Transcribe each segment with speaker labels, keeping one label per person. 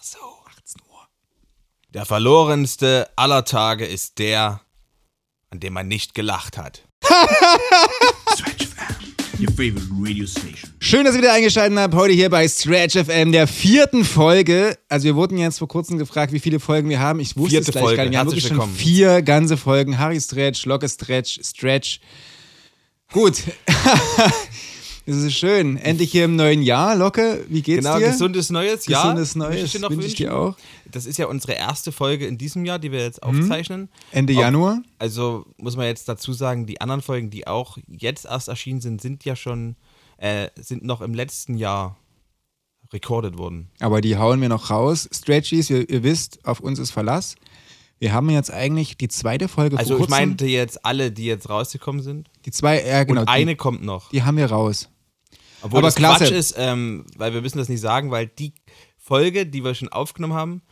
Speaker 1: so, 18 Uhr. Der verlorenste aller Tage ist der, an dem man nicht gelacht hat.
Speaker 2: Stretch FM, your favorite radio station.
Speaker 3: Schön, dass ihr wieder eingeschaltet habt. Heute hier bei Scratch FM, der vierten Folge. Also wir wurden jetzt vor kurzem gefragt, wie viele Folgen wir haben. Ich wusste
Speaker 1: Vierte
Speaker 3: es gleich
Speaker 1: Folge.
Speaker 3: gar nicht. Wir haben
Speaker 1: Herzlich
Speaker 3: wirklich schon
Speaker 1: willkommen.
Speaker 3: vier ganze Folgen. Harry Stretch, Locke Stretch, Stretch. Gut. das ist schön. Endlich hier im neuen Jahr. Locke, wie geht's
Speaker 1: Genau,
Speaker 3: dir?
Speaker 1: gesundes neues Jahr.
Speaker 3: Gesundes
Speaker 1: möchte ich
Speaker 3: Neues.
Speaker 1: dir noch
Speaker 3: Wünsche ich dir Mhm.
Speaker 1: wünschen.
Speaker 3: auch.
Speaker 1: Das ist ja unsere erste Folge in diesem Jahr, die wir jetzt aufzeichnen.
Speaker 3: Ende
Speaker 1: Ob-
Speaker 3: Januar.
Speaker 1: Also muss man jetzt dazu sagen, die anderen Folgen, die auch jetzt erst erschienen sind, sind ja schon, äh, sind noch im letzten Jahr recorded worden.
Speaker 3: Aber die hauen wir noch raus. Stretchies, ihr, ihr wisst, auf uns ist Verlass. Wir haben jetzt eigentlich die zweite Folge
Speaker 1: Also
Speaker 3: vor
Speaker 1: ich
Speaker 3: kurzem.
Speaker 1: meinte jetzt alle, die jetzt rausgekommen sind.
Speaker 3: die zwei, ja genau,
Speaker 1: Und eine kommt noch.
Speaker 3: die, die haben wir raus.
Speaker 1: Obwohl
Speaker 3: aber
Speaker 1: das
Speaker 3: klasse.
Speaker 1: Quatsch ist, ähm, weil wir müssen das nicht sagen, weil die Folge, die wir schon aufgenommen haben,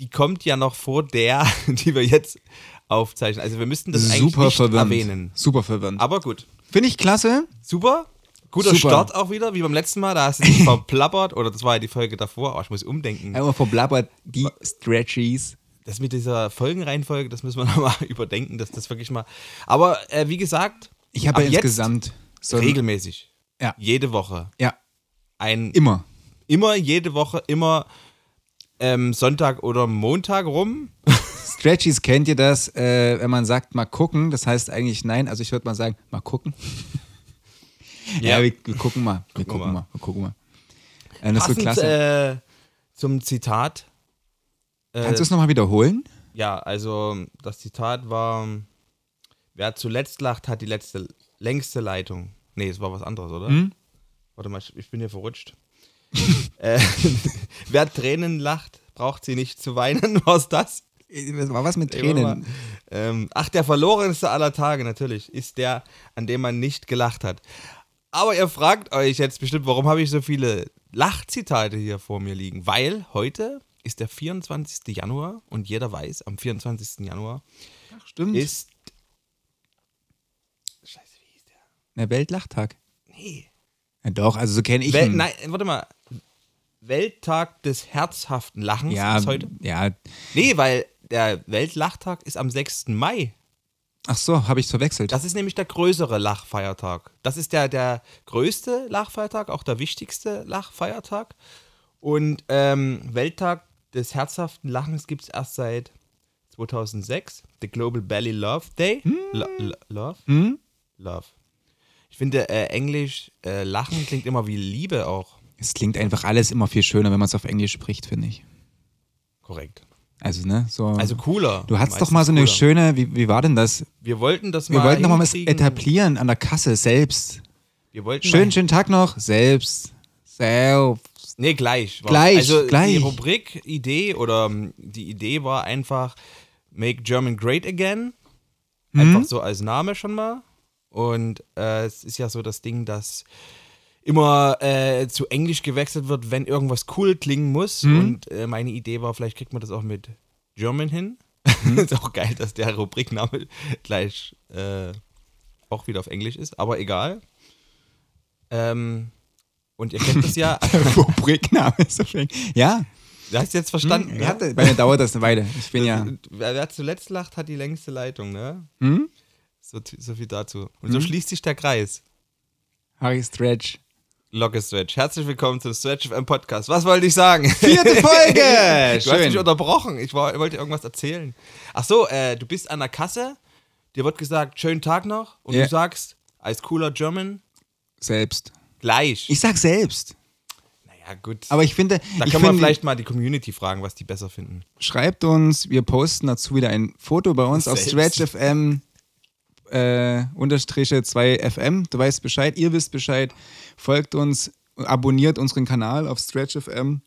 Speaker 1: die kommt ja noch vor der, die wir jetzt aufzeichnen. Also wir müssten das eigentlich
Speaker 3: Super
Speaker 1: nicht
Speaker 3: verwirrend.
Speaker 1: erwähnen.
Speaker 3: Super verwirrend.
Speaker 1: Aber gut.
Speaker 3: Finde ich klasse.
Speaker 1: Super. Guter
Speaker 3: Super.
Speaker 1: Start auch wieder, wie beim letzten Mal. Da hast du dich verplappert. Oder das war ja die Folge davor. Aber ich muss umdenken.
Speaker 3: Einmal verblabbert die Stretchies.
Speaker 1: Das mit dieser Folgenreihenfolge, das müssen wir nochmal überdenken, dass das wirklich mal. Aber äh, wie gesagt,
Speaker 3: Ich habe
Speaker 1: ab
Speaker 3: ja
Speaker 1: jetzt
Speaker 3: insgesamt so
Speaker 1: regelmäßig.
Speaker 3: Ja.
Speaker 1: Jede Woche.
Speaker 3: Ja,
Speaker 1: Ein
Speaker 3: immer.
Speaker 1: immer jede Woche, immer ähm, Sonntag oder Montag rum.
Speaker 3: Stretchies kennt ihr das, äh, wenn man sagt, mal gucken. Das heißt eigentlich nein. Also ich würde mal sagen, mal gucken. Ja,
Speaker 1: Ähm,
Speaker 3: wir, wir gucken mal. Wir gucken,
Speaker 1: mal.
Speaker 3: mal. Wir gucken mal. Ähm, das wird
Speaker 1: Passend
Speaker 3: klasse.
Speaker 1: äh, zum Zitat. Äh,
Speaker 3: Kannst du es nochmal wiederholen?
Speaker 1: ja, also das Zitat war: Wer zuletzt lacht, hat die letzte, längste Leitung. Nee, es war was anderes, oder?
Speaker 3: Hm?
Speaker 1: Warte mal, ich, ich bin hier verrutscht. äh, wer Tränen lacht, braucht sie nicht zu weinen. Was das?
Speaker 3: Das Äh, war was mit
Speaker 1: Warte mal. Ähm, ach, der verlorenste aller Tage, natürlich, ist der, an dem man nicht gelacht hat. Aber ihr fragt euch jetzt bestimmt, warum habe ich so viele Lachzitate hier vor mir liegen? Weil heute ist der 24. Januar und jeder weiß, am 24. Januar
Speaker 3: Stimmt.
Speaker 1: ist. Scheiße, wie hieß der?
Speaker 3: der Weltlachtag.
Speaker 1: Nee.
Speaker 3: Ja, doch, also so kenne ich
Speaker 1: Wel
Speaker 3: ihn.
Speaker 1: nein, warte mal. Welttag des herzhaften Lachens
Speaker 3: ja,
Speaker 1: ist heute.
Speaker 3: ja.
Speaker 1: Nee, weil der Weltlachtag ist am 6. Mai.
Speaker 3: Ach so, habe ich verwechselt.
Speaker 1: Das ist nämlich der größere Lachfeiertag. Das ist der, der größte Lachfeiertag, auch der wichtigste Lachfeiertag. Und ähm, Welttag des herzhaften Lachens gibt es erst seit 2006. The Global Belly Love Day.
Speaker 3: Hm.
Speaker 1: Lo lo love? Love. Ich finde, äh, Englisch äh, Lachen klingt immer wie Liebe auch.
Speaker 3: Es klingt einfach alles immer viel schöner, wenn man es auf Englisch spricht, finde ich.
Speaker 1: Korrekt.
Speaker 3: Also, ne? So.
Speaker 1: Also cooler.
Speaker 3: Du hattest
Speaker 1: Meistens
Speaker 3: doch mal so eine
Speaker 1: cooler.
Speaker 3: schöne, wie, wie war denn das?
Speaker 1: Wir wollten das mal.
Speaker 3: Wir wollten doch mal was
Speaker 1: hinkriegen.
Speaker 3: etablieren an der Kasse, selbst.
Speaker 1: Wir wollten
Speaker 3: Schönen,
Speaker 1: mal
Speaker 3: schönen Tag noch, selbst. Selbst.
Speaker 1: Nee, gleich. war's.
Speaker 3: Gleich,
Speaker 1: also
Speaker 3: gleich.
Speaker 1: Die Rubrik-Idee oder ähm, die Idee war einfach Make German Great Again.
Speaker 3: Mhm.
Speaker 1: Einfach so als Name schon mal. Und äh, es ist ja so das Ding, dass immer äh, zu Englisch gewechselt wird, wenn irgendwas cool klingen muss.
Speaker 3: Mhm.
Speaker 1: Und äh, meine Idee war, vielleicht kriegt man das auch mit German hin.
Speaker 3: Mhm.
Speaker 1: ist auch geil, dass der Rubrikname gleich äh, auch wieder auf Englisch ist, aber egal. Ähm, und ihr kennt das ja.
Speaker 3: Rubrikname ist so schön. Ja,
Speaker 1: Du hast jetzt verstanden.
Speaker 3: ja.
Speaker 1: ne?
Speaker 3: Hm, hatte- bei mir dauert das eine Weile. Ich bin ja.
Speaker 1: Wer, wer zuletzt lacht, hat die längste Leitung, ne?
Speaker 3: Hm?
Speaker 1: So, t- so viel dazu. Und so schließt sich der Kreis.
Speaker 3: Harry Stretch.
Speaker 1: Locke Stretch. Herzlich willkommen zum Stretch FM Podcast. Was wollte ich sagen?
Speaker 3: Vierte Folge!
Speaker 1: du hast mich
Speaker 3: Schön.
Speaker 1: unterbrochen. Ich war, wollte irgendwas erzählen. Ach so, äh, du bist an der Kasse. Dir wird gesagt, schönen Tag noch. Und
Speaker 3: Ja.
Speaker 1: du sagst, als cooler German,
Speaker 3: Selbst.
Speaker 1: gleich.
Speaker 3: Ich sag selbst.
Speaker 1: naja, gut.
Speaker 3: Aber ich finde.
Speaker 1: da
Speaker 3: ich
Speaker 1: kann man
Speaker 3: finde-
Speaker 1: vielleicht mal die Community fragen, was die besser finden.
Speaker 3: Schreibt uns, wir posten dazu wieder ein Foto bei uns auf
Speaker 1: Selbst.
Speaker 3: StretchFM äh, unterstriche 2FM. Du weißt Bescheid, ihr wisst Bescheid. Folgt uns, abonniert unseren Kanal auf StretchFM.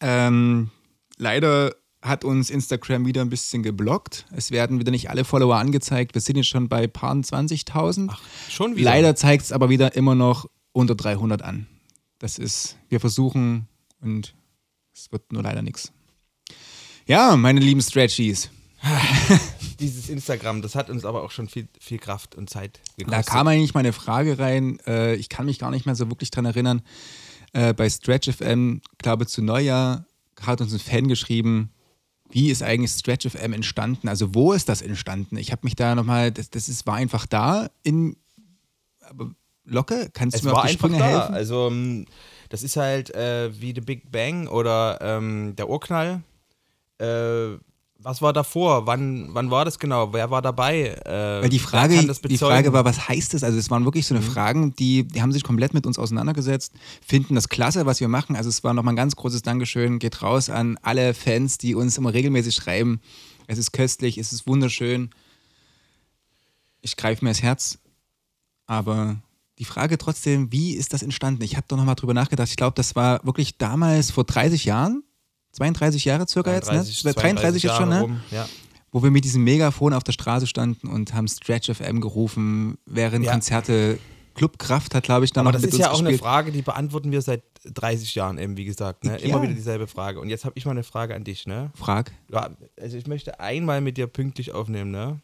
Speaker 3: Ähm, leider hat uns Instagram wieder ein bisschen geblockt. Es werden wieder nicht alle Follower angezeigt. Wir sind jetzt schon bei paar 20.000.
Speaker 1: Schon wieder.
Speaker 3: Leider zeigt es aber wieder immer noch unter 300 an. Das ist, wir versuchen und es wird nur leider nichts. Ja, meine lieben Stretchies,
Speaker 1: Dieses Instagram, das hat uns aber auch schon viel, viel Kraft und Zeit
Speaker 3: da
Speaker 1: gekostet.
Speaker 3: kam eigentlich meine Frage rein. Äh, ich kann mich gar nicht mehr so wirklich dran erinnern. Äh, bei Stretch FM, glaube zu Neujahr, hat uns ein Fan geschrieben, wie ist eigentlich Stretch FM entstanden? Also wo ist das entstanden? Ich habe mich da nochmal, das, das ist, war einfach da in, aber Locke, kannst
Speaker 1: Es
Speaker 3: du mir auf
Speaker 1: war
Speaker 3: die
Speaker 1: einfach
Speaker 3: Sprünge
Speaker 1: da.
Speaker 3: helfen?
Speaker 1: Also, ähm, das ist halt äh, wie The Big Bang oder ähm, der Urknall. Äh, was war davor? Wann, wann war das genau? Wer war dabei? Äh,
Speaker 3: Weil die
Speaker 1: wer
Speaker 3: Frage,
Speaker 1: kann das
Speaker 3: die
Speaker 1: bezeugen? Mhm.
Speaker 3: Frage war, was heißt das? Also es waren wirklich so eine Fragen, die, die haben sich komplett mit uns auseinandergesetzt, finden das klasse, was wir machen. Also es war nochmal ein ganz großes Dankeschön, geht raus an alle Fans, die uns immer regelmäßig schreiben. Es ist köstlich, es ist wunderschön. Ich greife mir das Herz. Aber die Frage trotzdem, wie ist das entstanden? Ich habe doch nochmal drüber nachgedacht. Ich glaube, das war wirklich damals vor 30 Jahren, 32 Jahre circa jetzt, ne? 33 jetzt schon,
Speaker 1: Jahre
Speaker 3: ne?
Speaker 1: rum, ja.
Speaker 3: wo wir mit diesem Megafon auf der Straße standen und haben Stretch FM gerufen, während
Speaker 1: Ja.
Speaker 3: Konzerte. Club Kraft hat, glaube ich, da
Speaker 1: Aber
Speaker 3: noch
Speaker 1: das
Speaker 3: mit
Speaker 1: ist
Speaker 3: uns
Speaker 1: ja auch eine
Speaker 3: gespielt.
Speaker 1: Frage, die beantworten wir seit 30 Jahren eben, wie gesagt. Ne? Immer
Speaker 3: Ja.
Speaker 1: wieder dieselbe Frage. Und jetzt habe ich mal eine Frage an dich. Ne?
Speaker 3: Frag.
Speaker 1: Ja, Also ich möchte einmal mit dir pünktlich aufnehmen, ne?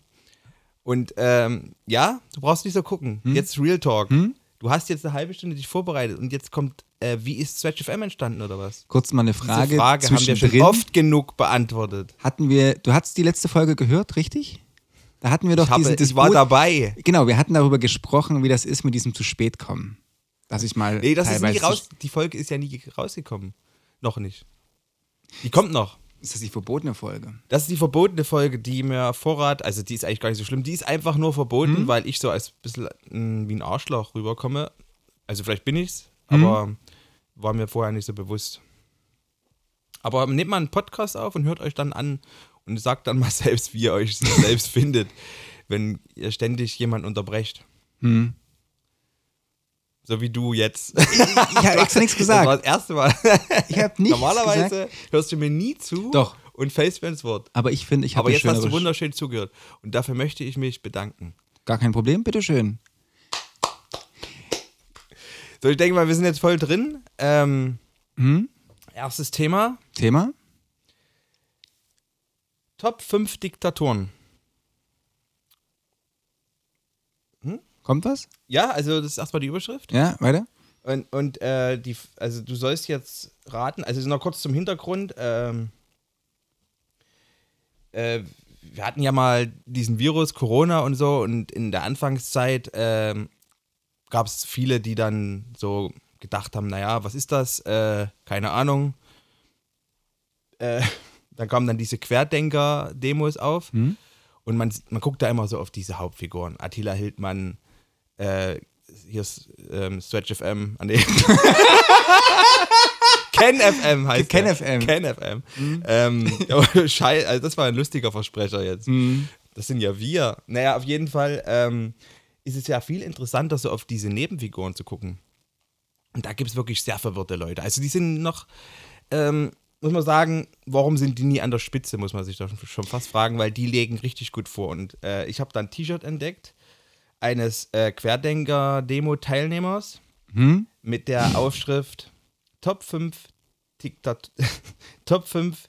Speaker 1: Und ähm, ja, du brauchst nicht so gucken.
Speaker 3: Hm?
Speaker 1: Jetzt Real Talk. Du hast jetzt eine halbe Stunde dich vorbereitet und jetzt kommt, äh, wie ist Stretch FM entstanden oder was?
Speaker 3: Kurz mal eine
Speaker 1: Diese
Speaker 3: Frage.
Speaker 1: Frage haben wir schon
Speaker 3: zwischendrin.
Speaker 1: oft genug beantwortet.
Speaker 3: Hatten wir, du hast die letzte Folge gehört, richtig? Da hatten wir doch
Speaker 1: Ich, habe,
Speaker 3: diesen
Speaker 1: ich war dabei.
Speaker 3: Genau, wir hatten darüber gesprochen, wie das ist mit diesem zu spät kommen. Dass ich mal.
Speaker 1: Nee, das ist
Speaker 3: teilweise
Speaker 1: nie
Speaker 3: zu-
Speaker 1: raus. Die Folge ist ja nie rausgekommen. Noch nicht. Die kommt noch.
Speaker 3: Ist das die verbotene Folge?
Speaker 1: Das ist die verbotene Folge, die mir Vorrat, also die ist eigentlich gar nicht so schlimm, die ist einfach nur
Speaker 3: Hm?
Speaker 1: verboten, weil ich so als bisschen mh, wie ein Arschloch rüberkomme. Also vielleicht bin ich's,
Speaker 3: Hm?
Speaker 1: aber war mir vorher nicht so bewusst. Aber nehmt mal einen Podcast auf und hört euch dann an und sagt dann mal selbst, wie ihr euch selbst findet, wenn ihr ständig jemand unterbrecht. So wie du jetzt.
Speaker 3: Hm. Ich habe extra nichts
Speaker 1: Das war
Speaker 3: gesagt.
Speaker 1: das erste Mal.
Speaker 3: Ich habe nichts
Speaker 1: Normalerweise
Speaker 3: gesagt.
Speaker 1: hörst du mir nie zu
Speaker 3: Doch.
Speaker 1: und fällst mir ins Wort.
Speaker 3: Aber ich finde, ich habe
Speaker 1: Aber
Speaker 3: eine
Speaker 1: jetzt hast du
Speaker 3: schönere-
Speaker 1: wunderschön zugehört. Und dafür möchte ich mich bedanken.
Speaker 3: Gar kein Problem, bitteschön.
Speaker 1: So, ich denke mal, wir sind jetzt voll drin. Ähm, Erstes Thema:
Speaker 3: Thema?
Speaker 1: Top 5 Diktatoren.
Speaker 3: Kommt was?
Speaker 1: Ja, also das ist erstmal die Überschrift.
Speaker 3: Ja, weiter?
Speaker 1: Und, und äh, die, also du sollst jetzt raten, also noch kurz zum Hintergrund. Ähm, äh, wir hatten ja mal diesen Virus, Corona und so, und in der Anfangszeit ähm, gab es viele, die dann so gedacht haben, naja, was ist das? Äh, keine Ahnung. Äh, dann kamen dann diese Querdenker-Demos auf und man, man guckt da immer so auf diese Hauptfiguren. Attila Hildmann, äh, hier ist ähm, Stretch FM, an dem. Ken FM heißt
Speaker 3: Ken
Speaker 1: der.
Speaker 3: FM.
Speaker 1: Ken FM. Ähm, aber Schei- also das war ein lustiger Versprecher jetzt. Das sind ja wir. Naja, auf jeden Fall ähm, ist es ja viel interessanter, so auf diese Nebenfiguren zu gucken. Und da gibt es wirklich sehr verwirrte Leute. Also die sind noch, ähm, muss man sagen, warum sind die nie an der Spitze, muss man sich da schon fast fragen, weil die legen richtig gut vor. Und äh, ich habe da ein T-Shirt entdeckt eines äh, Querdenker-Demo-Teilnehmers mit der Aufschrift Top 5, Diktat Top 5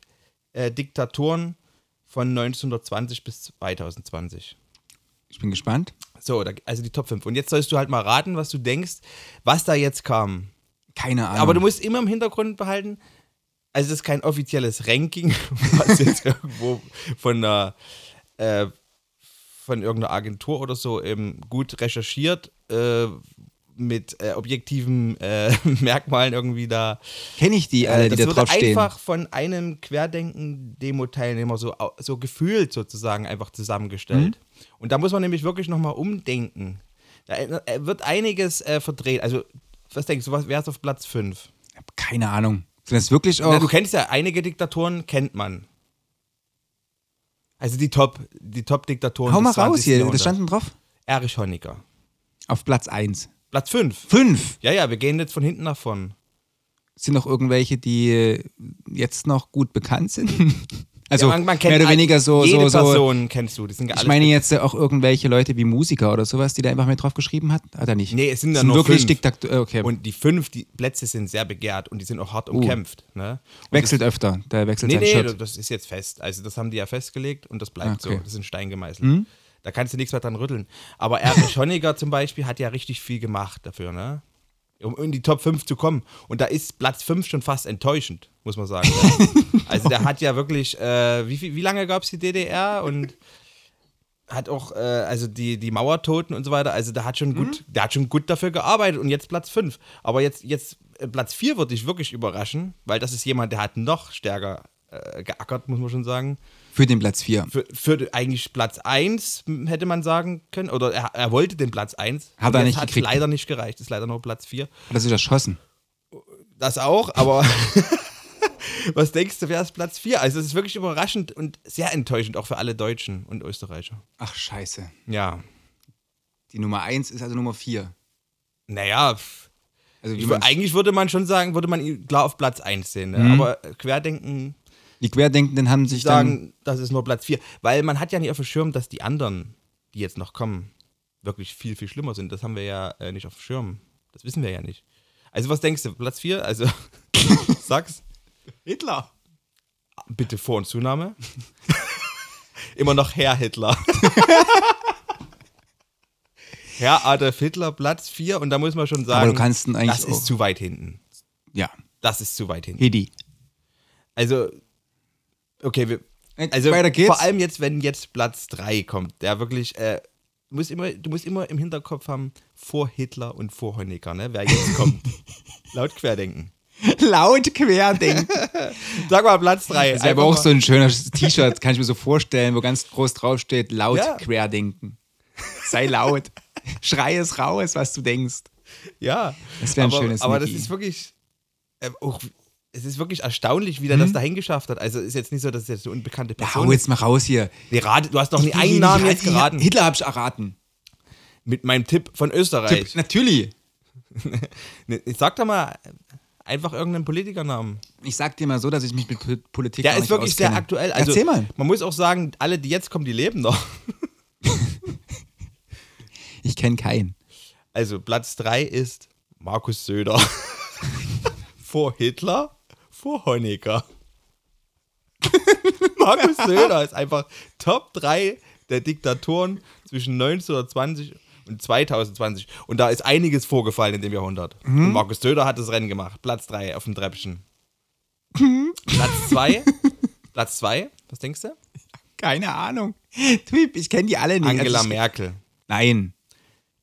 Speaker 1: äh, Diktatoren von 1920 bis 2020.
Speaker 3: Ich bin gespannt.
Speaker 1: So, da, also die Top 5. Und jetzt sollst du halt mal raten, was du denkst, was da jetzt kam.
Speaker 3: Keine Ahnung.
Speaker 1: Aber du musst immer im Hintergrund behalten, also das ist kein offizielles Ranking, was jetzt irgendwo von einer, äh, von irgendeiner Agentur oder so eben gut recherchiert, äh, mit äh, objektiven äh, Merkmalen irgendwie da.
Speaker 3: Kenne ich die alle,
Speaker 1: das
Speaker 3: die da
Speaker 1: wurde
Speaker 3: drauf stehen.
Speaker 1: einfach von einem Querdenken-Demo-Teilnehmer so, au- so gefühlt sozusagen einfach zusammengestellt.
Speaker 3: Mhm.
Speaker 1: Und da muss man nämlich wirklich nochmal umdenken. Da äh, wird einiges äh, verdreht. Also, was denkst du, was wäre es auf Platz 5?
Speaker 3: Ich hab Keine Ahnung. Sind das wirklich auch.
Speaker 1: Na, du kennst ja einige Diktatoren, kennt man. Also die Top, die Top-Diktatoren.
Speaker 3: Hau
Speaker 1: des
Speaker 3: mal raus
Speaker 1: 20.
Speaker 3: hier. Das
Speaker 1: Jahrhunderts.
Speaker 3: standen drauf.
Speaker 1: Erich Honecker.
Speaker 3: Auf Platz 1.
Speaker 1: Platz 5.
Speaker 3: 5.
Speaker 1: Ja, ja, wir gehen jetzt von hinten nach vorn.
Speaker 3: Sind noch irgendwelche, die äh, jetzt noch gut bekannt sind? Also
Speaker 1: ja, man, man kennt
Speaker 3: mehr oder
Speaker 1: all-
Speaker 3: weniger so.
Speaker 1: Jede
Speaker 3: so, so
Speaker 1: Person kennst du. Die sind
Speaker 3: ich
Speaker 1: alles
Speaker 3: meine jetzt äh, auch irgendwelche Leute wie Musiker oder sowas, die da einfach mit drauf geschrieben hat. Hat er nicht.
Speaker 1: Nee, es sind ja
Speaker 3: sind
Speaker 1: nur
Speaker 3: wirklich
Speaker 1: fünf.
Speaker 3: Diktat äh, Okay.
Speaker 1: Und die fünf die Plätze sind sehr begehrt und die sind auch hart
Speaker 3: Uh.
Speaker 1: umkämpft. Ne? Und
Speaker 3: wechselt öfter. Der wechselt
Speaker 1: Nee,
Speaker 3: seinen
Speaker 1: nee,
Speaker 3: Shirt.
Speaker 1: das ist jetzt fest. Also das haben die ja festgelegt und das bleibt
Speaker 3: Ah, okay. Hm?
Speaker 1: so. Das ist in Stein gemeißelt. Da kannst du nichts mehr dran rütteln. Aber Erich Honecker zum Beispiel hat ja richtig viel gemacht dafür, ne? um in die Top 5 zu kommen. Und da ist Platz 5 schon fast enttäuschend, muss man sagen. also der hat ja wirklich, äh, wie, viel- wie lange gab es die DDR und hat auch, äh, also die, die Mauertoten und so weiter, also der hat schon gut,
Speaker 3: Mhm.
Speaker 1: der hat schon gut dafür gearbeitet und jetzt Platz 5. Aber jetzt, jetzt äh, Platz 4 würde ich wirklich überraschen, weil das ist jemand, der hat noch stärker äh, geackert, muss man schon sagen
Speaker 3: Für den Platz 4.
Speaker 1: für, für eigentlich Platz 1 m, hätte man sagen können. Oder er, er wollte den Platz 1.
Speaker 3: Hat er nicht
Speaker 1: Hat
Speaker 3: gekriegt.
Speaker 1: leider nicht gereicht. Ist leider nur Platz 4.
Speaker 3: Das ist erschossen.
Speaker 1: Das auch, aber was denkst du, wer ist Platz 4? Also es ist wirklich überraschend und sehr enttäuschend, auch für alle Deutschen und Österreicher.
Speaker 3: Ach, scheiße.
Speaker 1: Ja,
Speaker 3: Die Nummer 1 ist also Nummer 4.
Speaker 1: naja, f-
Speaker 3: Also wie
Speaker 1: ich, wür-
Speaker 3: man,
Speaker 1: eigentlich würde man schon sagen, würde man ihn klar auf Platz 1 sehen. Ne? Aber Querdenken
Speaker 3: die Querdenkenden haben sich Mhm. dann.
Speaker 1: sagen, das ist nur Platz 4. Weil man hat ja nicht auf dem Schirm, dass die anderen, die jetzt noch kommen, wirklich viel, viel schlimmer sind. Das haben wir ja äh, nicht auf dem Schirm. Das wissen wir ja nicht. Also, was denkst du? Platz 4? Also, sag's.
Speaker 3: Hitler.
Speaker 1: Bitte Vor- und Zunahme. Immer noch Herr Hitler. Herr Adolf Hitler, Platz 4. Und da muss man schon sagen,
Speaker 3: Aber du kannst ihn eigentlich
Speaker 1: das ist
Speaker 3: auch-
Speaker 1: zu weit hinten.
Speaker 3: Ja.
Speaker 1: Das ist zu weit hinten.
Speaker 3: Hedi.
Speaker 1: Also, okay, wir,
Speaker 3: Äh,
Speaker 1: also
Speaker 3: weiter geht's.
Speaker 1: vor allem jetzt, wenn jetzt Platz 3 kommt, der wirklich, äh, du, musst immer, du musst immer im Hinterkopf haben, vor Hitler und vor Honecker, ne? wer jetzt kommt. Laut Querdenken.
Speaker 3: Laut Querdenken.
Speaker 1: Sag mal Platz 3.
Speaker 3: Das ist aber auch so ein schönes T-Shirt, kann ich mir so vorstellen, wo ganz groß draufsteht, laut
Speaker 1: Ja.
Speaker 3: Querdenken. Sei laut. Schrei es raus, was du denkst.
Speaker 1: Ja.
Speaker 3: Das wäre ein
Speaker 1: aber,
Speaker 3: schönes
Speaker 1: Aber das
Speaker 3: Niki.
Speaker 1: ist wirklich, äh, auch, es ist wirklich erstaunlich, wie der
Speaker 3: Mhm.
Speaker 1: das dahin geschafft hat. Also ist jetzt nicht so, dass es jetzt eine unbekannte
Speaker 3: Ja,
Speaker 1: Person
Speaker 3: hau
Speaker 1: ist.
Speaker 3: jetzt mal raus hier.
Speaker 1: Nee, rate, du hast noch nie einen Namen jetzt geraten.
Speaker 3: Hitler hab ich erraten.
Speaker 1: Mit meinem Tipp von Österreich.
Speaker 3: Tipp, natürlich.
Speaker 1: Ne, Sag doch mal einfach irgendeinen Politikernamen.
Speaker 3: Ich sag dir mal so, dass ich mich mit Pol- Politik
Speaker 1: Der
Speaker 3: gar
Speaker 1: ist
Speaker 3: nicht
Speaker 1: wirklich sehr
Speaker 3: auskenne.
Speaker 1: aktuell. Also,
Speaker 3: Erzähl mal.
Speaker 1: Man muss auch sagen, alle, die jetzt kommen, die leben noch.
Speaker 3: Ich kenne keinen.
Speaker 1: Also Platz 3 ist Markus Söder. vor Hitler, vor Honecker. Markus Söder ist einfach Top 3 der Diktatoren zwischen 1920 und 2020. Und da ist einiges vorgefallen in dem Jahrhundert.
Speaker 3: Mhm.
Speaker 1: Und Markus Söder hat das Rennen gemacht. Platz 3 auf dem Treppchen.
Speaker 3: Mhm.
Speaker 1: Platz 2. Platz 2, was denkst du?
Speaker 3: Keine Ahnung. Typ, ich kenne die alle nicht.
Speaker 1: Angela
Speaker 3: Also ich-
Speaker 1: Merkel.
Speaker 3: Nein.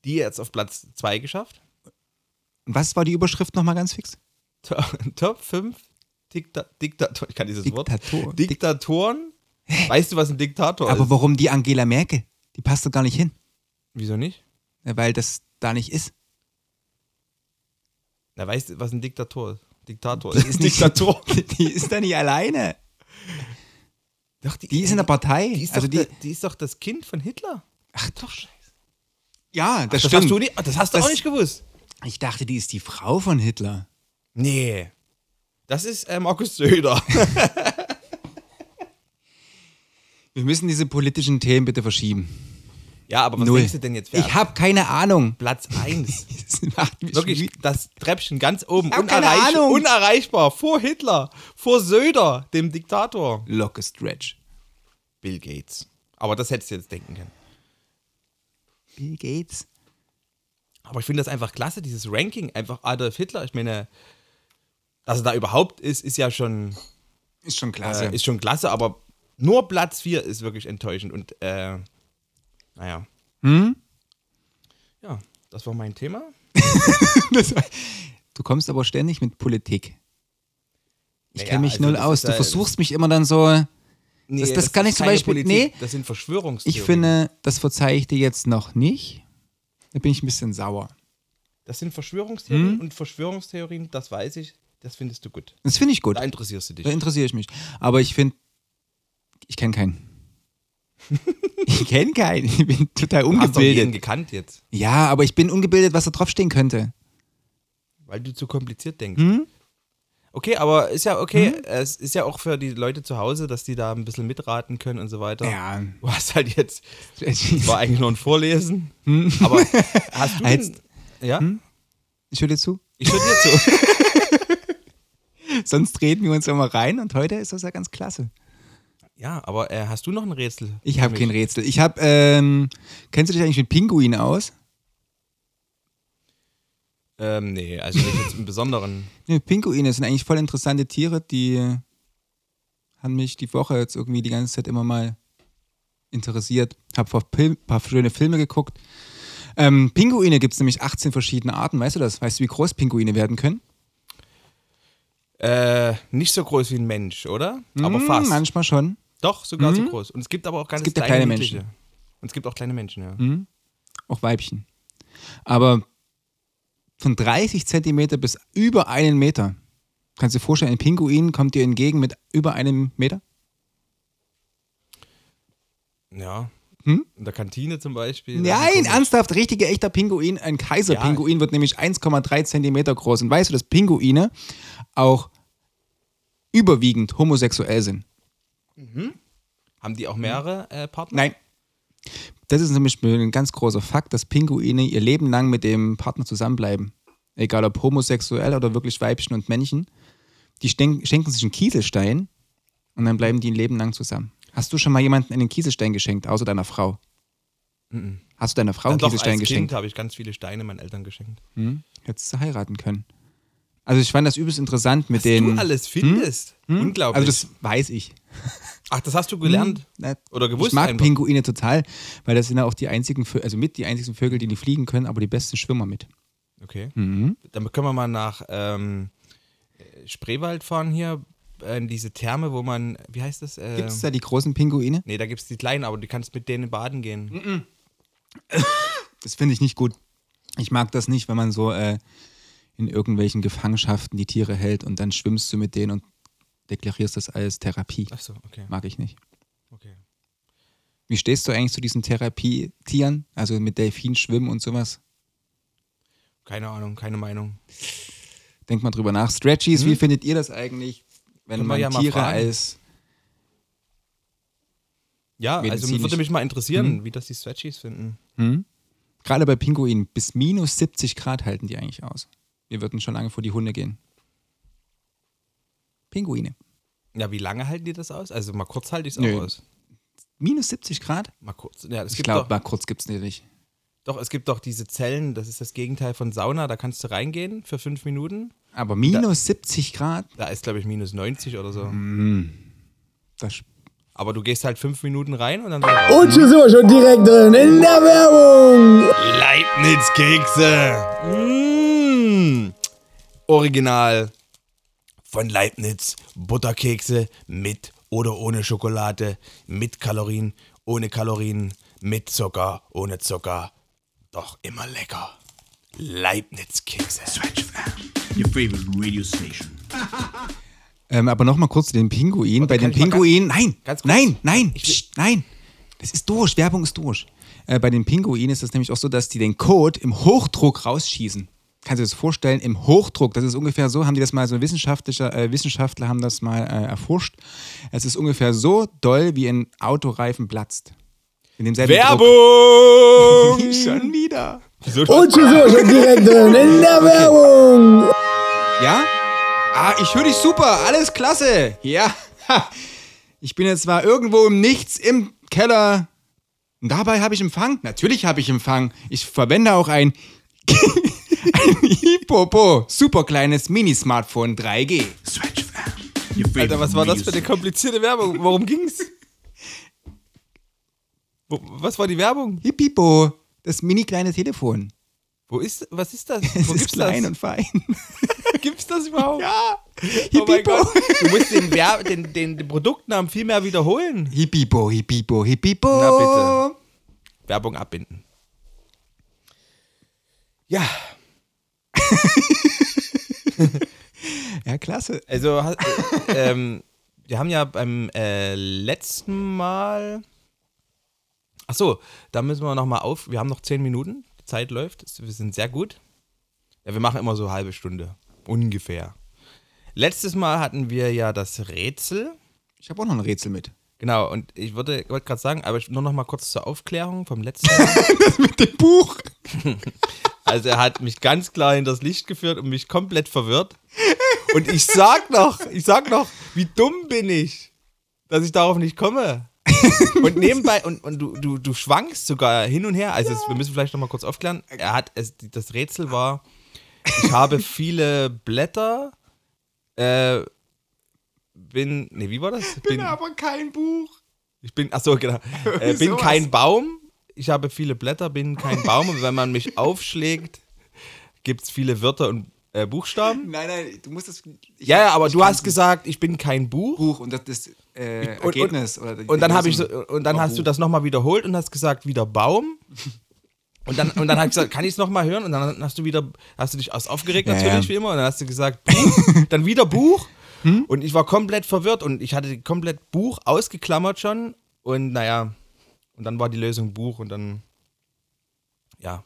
Speaker 1: Die jetzt auf Platz 2 geschafft.
Speaker 3: Und was war die Überschrift nochmal ganz fix?
Speaker 1: To- Top 5 Dikta Diktatoren. Ich kann dieses
Speaker 3: Diktator.
Speaker 1: Wort. Diktatoren. Weißt du, was ein Diktator
Speaker 3: Aber
Speaker 1: ist?
Speaker 3: warum die Angela Merkel? Die passt doch gar nicht hin,
Speaker 1: Wieso nicht?
Speaker 3: weil das da nicht ist.
Speaker 1: Na, weißt du, was ein Diktator ist? Diktator ist.
Speaker 3: nicht- Die ist da nicht alleine.
Speaker 1: Doch, die,
Speaker 3: Die ist in der Partei.
Speaker 1: Die ist,
Speaker 3: also
Speaker 1: doch,
Speaker 3: die,
Speaker 1: die, die ist doch das Kind von Hitler. Ach doch, Scheiße.
Speaker 3: ja,
Speaker 1: Das
Speaker 3: das, stimmt.
Speaker 1: hast du, nicht, das hast du
Speaker 3: Das-
Speaker 1: auch nicht gewusst.
Speaker 3: ich dachte, die ist die Frau von Hitler.
Speaker 1: Nee. Das ist äh, Markus Söder.
Speaker 3: Wir müssen diese politischen Themen bitte verschieben.
Speaker 1: ja, aber was
Speaker 3: Null.
Speaker 1: denkst du denn jetzt? Wer
Speaker 3: Ich habe keine Ahnung.
Speaker 1: Platz 1.
Speaker 3: Das macht mich
Speaker 1: Wirklich,
Speaker 3: wü-
Speaker 1: das Treppchen ganz oben.
Speaker 3: Ich hab keine
Speaker 1: Unerreich
Speaker 3: Ahnung.
Speaker 1: unerreichbar. Vor Hitler. Vor Söder, dem Diktator.
Speaker 3: Locke Stretch.
Speaker 1: Bill Gates. Aber das hättest du jetzt denken können.
Speaker 3: Bill Gates.
Speaker 1: Aber ich finde das einfach klasse, dieses Ranking. Einfach Adolf Hitler. Ich meine, dass er da überhaupt ist, ist ja schon,
Speaker 3: Ist schon klasse.
Speaker 1: äh, ist schon klasse. Aber nur Platz 4 ist wirklich enttäuschend. Und äh, naja.
Speaker 3: Hm?
Speaker 1: Ja, das war mein Thema.
Speaker 3: Das- du kommst aber ständig mit Politik. Ich
Speaker 1: Naja,
Speaker 3: kenne mich
Speaker 1: also
Speaker 3: null
Speaker 1: das
Speaker 3: aus.
Speaker 1: ist
Speaker 3: Du
Speaker 1: ja-
Speaker 3: versuchst mich immer dann so.
Speaker 1: Nee,
Speaker 3: Das- das kann ich
Speaker 1: ist
Speaker 3: zum
Speaker 1: keine
Speaker 3: Beispiel- nee.
Speaker 1: Das sind Verschwörungstheorien.
Speaker 3: Ich finde, das verzeihe ich dir jetzt noch nicht. Da bin ich ein bisschen sauer.
Speaker 1: Das sind Verschwörungstheorien
Speaker 3: Hm?
Speaker 1: und Verschwörungstheorien, das weiß ich, das findest du gut.
Speaker 3: Das finde ich gut.
Speaker 1: Da interessierst du dich.
Speaker 3: Da interessiere ich mich. Aber ich finde, ich kenne keinen. ich kenne keinen. Ich bin total
Speaker 1: hast doch jeden
Speaker 3: ungebildet.
Speaker 1: gekannt jetzt,
Speaker 3: Ja, aber ich bin ungebildet, was da draufstehen könnte.
Speaker 1: weil du zu kompliziert denkst.
Speaker 3: Hm?
Speaker 1: Okay, aber ist ja okay. Es ist ja auch für die Leute zu Hause, dass die da ein bisschen mitraten können und so weiter.
Speaker 3: Ja.
Speaker 1: Du hast halt jetzt, war eigentlich nur ein Vorlesen,
Speaker 3: Hm?
Speaker 1: aber hast du
Speaker 3: Als-
Speaker 1: denn, ja?
Speaker 3: Hm? Ich höre dir zu.
Speaker 1: Ich höre dir zu.
Speaker 3: Sonst reden wir uns immer rein und heute ist das ja ganz klasse.
Speaker 1: Ja, aber äh, hast du noch ein Rätsel?
Speaker 3: Ich habe kein Rätsel. Ich habe, ähm, kennst du dich eigentlich mit Pinguinen aus?
Speaker 1: Ähm, nee, also nicht jetzt im Besonderen.
Speaker 3: Nee, Pinguine sind eigentlich voll interessante Tiere, die haben mich die Woche jetzt irgendwie die ganze Zeit immer mal interessiert. Hab vor ein paar schöne Filme geguckt. Ähm, Pinguine gibt es nämlich 18 verschiedene Arten, weißt du das? Weißt du, wie groß Pinguine werden können?
Speaker 1: Äh, nicht so groß wie ein Mensch, oder? Aber
Speaker 3: Hm,
Speaker 1: fast.
Speaker 3: Manchmal schon.
Speaker 1: Doch, sogar so groß. Und es gibt aber auch ganz
Speaker 3: gibt ja
Speaker 1: kleine,
Speaker 3: kleine
Speaker 1: niedliche.
Speaker 3: Menschen. Hm?
Speaker 1: Und es gibt auch kleine Menschen, ja.
Speaker 3: auch Weibchen. Aber von 30 Zentimeter bis über einen Meter. Kannst du dir vorstellen, ein Pinguin kommt dir entgegen mit über einem Meter?
Speaker 1: Ja. In der Kantine zum Beispiel.
Speaker 3: Hm? Nein,
Speaker 1: an
Speaker 3: ernsthaft, richtiger, echter Pinguin. Ein Kaiserpinguin wird nämlich 1,3 Zentimeter groß. Und weißt du, dass Pinguine auch überwiegend homosexuell sind?
Speaker 1: Haben die auch mehrere äh, Partner?
Speaker 3: Nein. Das ist nämlich ein ganz großer Fakt, dass Pinguine ihr Leben lang mit dem Partner zusammenbleiben. Egal ob homosexuell oder wirklich Weibchen und Männchen. Die sten- schenken sich einen Kieselstein und dann bleiben die ein Leben lang zusammen. Hast du schon mal jemanden einen Kieselstein geschenkt, außer deiner Frau? Hast du deiner Frau einen
Speaker 1: Äh, Doch, als
Speaker 3: Kieselstein
Speaker 1: Kind
Speaker 3: geschenkt?
Speaker 1: habe ich ganz viele Steine meinen Eltern geschenkt.
Speaker 3: Hättest du heiraten können. Also ich fand das übelst interessant mit den... Hm?
Speaker 1: du alles findest. Unglaublich.
Speaker 3: also das weiß ich. Hm,
Speaker 1: Ach, das hast du gelernt.
Speaker 3: Na,
Speaker 1: Oder gewusst
Speaker 3: Ich mag
Speaker 1: einfach.
Speaker 3: Pinguine total, weil das sind ja auch die einzigen, Vö- also mit die einzigen Vögel, die nicht fliegen können, aber die besten Schwimmer mit.
Speaker 1: Okay.
Speaker 3: Mhm.
Speaker 1: Dann können wir mal nach ähm, äh, Spreewald fahren hier. äh, In diese Therme, wo man, wie heißt das? Äh,
Speaker 3: Gibt es da die großen Pinguine?
Speaker 1: Nee, da gibt es die kleinen, aber du kannst mit denen baden gehen.
Speaker 3: Das finde ich nicht gut. Ich mag das nicht, wenn man so äh, in irgendwelchen Gefangenschaften die Tiere hält und dann schwimmst du mit denen und deklarierst das als Therapie.
Speaker 1: Ach so, okay.
Speaker 3: Mag ich nicht.
Speaker 1: okay.
Speaker 3: Wie stehst du eigentlich zu diesen Therapietieren? Also mit Delfin schwimmen und sowas?
Speaker 1: Keine Ahnung, keine Meinung.
Speaker 3: Denk mal drüber nach. Stretchies, wie findet ihr das eigentlich, wenn
Speaker 1: Mhm. Können wir
Speaker 3: man
Speaker 1: ja mal
Speaker 3: Tiere
Speaker 1: fragen.
Speaker 3: als
Speaker 1: Ja, also
Speaker 3: Medizinisch.
Speaker 1: würde mich mal interessieren,
Speaker 3: Mhm.
Speaker 1: wie das die Stretchies finden.
Speaker 3: Gerade bei Pinguinen, bis minus 70 Grad halten die eigentlich aus. Wir würden schon lange vor die Hunde gehen. Pinguine.
Speaker 1: Ja, wie lange halten die das aus? Also mal kurz halte ich es
Speaker 3: Nö.
Speaker 1: auch aus.
Speaker 3: Minus 70 Grad?
Speaker 1: Mal kurz. Ja, es
Speaker 3: Ich
Speaker 1: gibt
Speaker 3: glaube,
Speaker 1: doch,
Speaker 3: mal kurz gibt es nicht.
Speaker 1: doch, es gibt doch diese Zellen, das ist das Gegenteil von Sauna, da kannst du reingehen für fünf Minuten.
Speaker 3: Aber minus 70 Grad?
Speaker 1: Da ist, glaube ich, minus 90 oder so.
Speaker 3: Das
Speaker 1: Aber du gehst halt fünf Minuten rein und dann wieder raus.
Speaker 4: Und wir sind wir schon direkt drin in der Werbung.
Speaker 1: Leibniz-Kekse. Mmh. Original von Leibniz. Butterkekse mit oder ohne Schokolade, mit Kalorien, ohne Kalorien, mit Zucker, ohne Zucker. Doch immer lecker. Leibniz-Kekse.
Speaker 2: Switch FM, your favorite radio station.
Speaker 3: ähm, aber nochmal kurz zu den Pinguinen. Bei
Speaker 1: kann
Speaker 3: den
Speaker 1: ich mal ganz-
Speaker 3: Pinguinen, nein,
Speaker 1: ganz kurz?
Speaker 3: nein, nein,
Speaker 1: Ich will-
Speaker 3: pst, nein. Das ist durch, Werbung ist durch. Äh, bei den Pinguinen ist das nämlich auch so, dass die den Code im Hochdruck rausschießen. Kannst du dir das vorstellen? Im Hochdruck, das ist ungefähr so, haben die das mal so wissenschaftlicher, äh, Wissenschaftler haben das mal äh, erforscht. Es ist ungefähr so doll, wie ein Autoreifen platzt. In demselben Druck.
Speaker 1: Werbung!
Speaker 3: Schon wieder.
Speaker 1: Oh,
Speaker 4: Und wir sind wir schon direkt drin in der Werbung.
Speaker 3: Ja? Ah, ich höre dich super. Alles klasse. Ja. Ha. Ich bin jetzt zwar irgendwo im Nichts im Keller. Und dabei habe ich Empfang. Natürlich habe ich Empfang. Ich verwende auch ein, ein Hippopo. Super kleines Mini-Smartphone 3G.
Speaker 2: Switch FM, your favorite
Speaker 1: Alter, was war das
Speaker 2: radio
Speaker 1: für eine
Speaker 2: station.
Speaker 1: komplizierte Werbung? Worum ging's? Wo, was war die Werbung?
Speaker 3: Hippipo. Das mini kleine Telefon.
Speaker 1: Wo ist, was ist das?
Speaker 3: Es
Speaker 1: Wo
Speaker 3: ist klein und fein.
Speaker 1: das? Gibt's das überhaupt?
Speaker 3: Ja.
Speaker 1: Oh mein
Speaker 3: Hippipo.
Speaker 1: Gott. Du musst den, Werb den, den, den Produktnamen viel mehr wiederholen.
Speaker 3: Hippipo, Hippipo, Hippipo.
Speaker 1: Na bitte. Werbung abbinden. Ja,
Speaker 3: Ja, klasse.
Speaker 1: also ha- äh, ähm, wir haben ja beim äh, letzten Mal. Ach so, da müssen wir nochmal auf. Wir haben noch zehn Minuten. Die Zeit läuft. Es- Wir sind sehr gut. Ja, wir machen immer so halbe Stunde. Ungefähr. Letztes Mal hatten wir ja das Rätsel.
Speaker 3: Ich habe auch noch ein Rätsel mit.
Speaker 1: Genau, und ich würde- wollte gerade sagen, aber ich, nur noch mal kurz zur Aufklärung vom letzten Mal.
Speaker 3: Dem Buch.
Speaker 1: Also er hat mich ganz klar in das Licht geführt und mich komplett verwirrt. Und ich sag noch, ich sag noch, wie dumm bin ich, dass ich darauf nicht komme. Und nebenbei, und, und du, du, du schwankst sogar hin und her. Also es, wir müssen vielleicht noch mal kurz aufklären. Er hat, es, das Rätsel war, Ich habe viele Blätter. Äh, bin. Nee, wie war das?
Speaker 3: Bin aber kein Buch.
Speaker 1: Ich bin, ach so, genau. Äh, bin
Speaker 3: sowas.
Speaker 1: kein Baum. Ich habe viele Blätter, bin kein Baum. Und wenn man mich aufschlägt, gibt es viele Wörter und äh, Buchstaben.
Speaker 3: Nein, nein, du musst das. ich-
Speaker 1: Ja, ja, aber
Speaker 3: ich
Speaker 1: du
Speaker 3: kann's
Speaker 1: hast gesagt, ich bin kein Buch.
Speaker 3: Buch und das, das äh,
Speaker 1: und-
Speaker 3: Ergebnis. oder die-
Speaker 1: Und dann
Speaker 3: die
Speaker 1: habe ich so,
Speaker 3: Lösung.
Speaker 1: und dann
Speaker 3: Auch
Speaker 1: hast du
Speaker 3: Buch.
Speaker 1: das nochmal wiederholt und hast gesagt, wieder Baum. Und dann, und dann habe ich gesagt, kann ich es nochmal hören? Und dann hast du wieder, hast du dich aus aufgeregt
Speaker 3: Ja,
Speaker 1: natürlich
Speaker 3: ja.
Speaker 1: wie immer. Und dann hast du gesagt, Buch, dann wieder Buch.
Speaker 3: Hm?
Speaker 1: Und ich war komplett verwirrt und ich hatte komplett Buch ausgeklammert schon. Und naja, und dann war die Lösung Buch und dann, ja.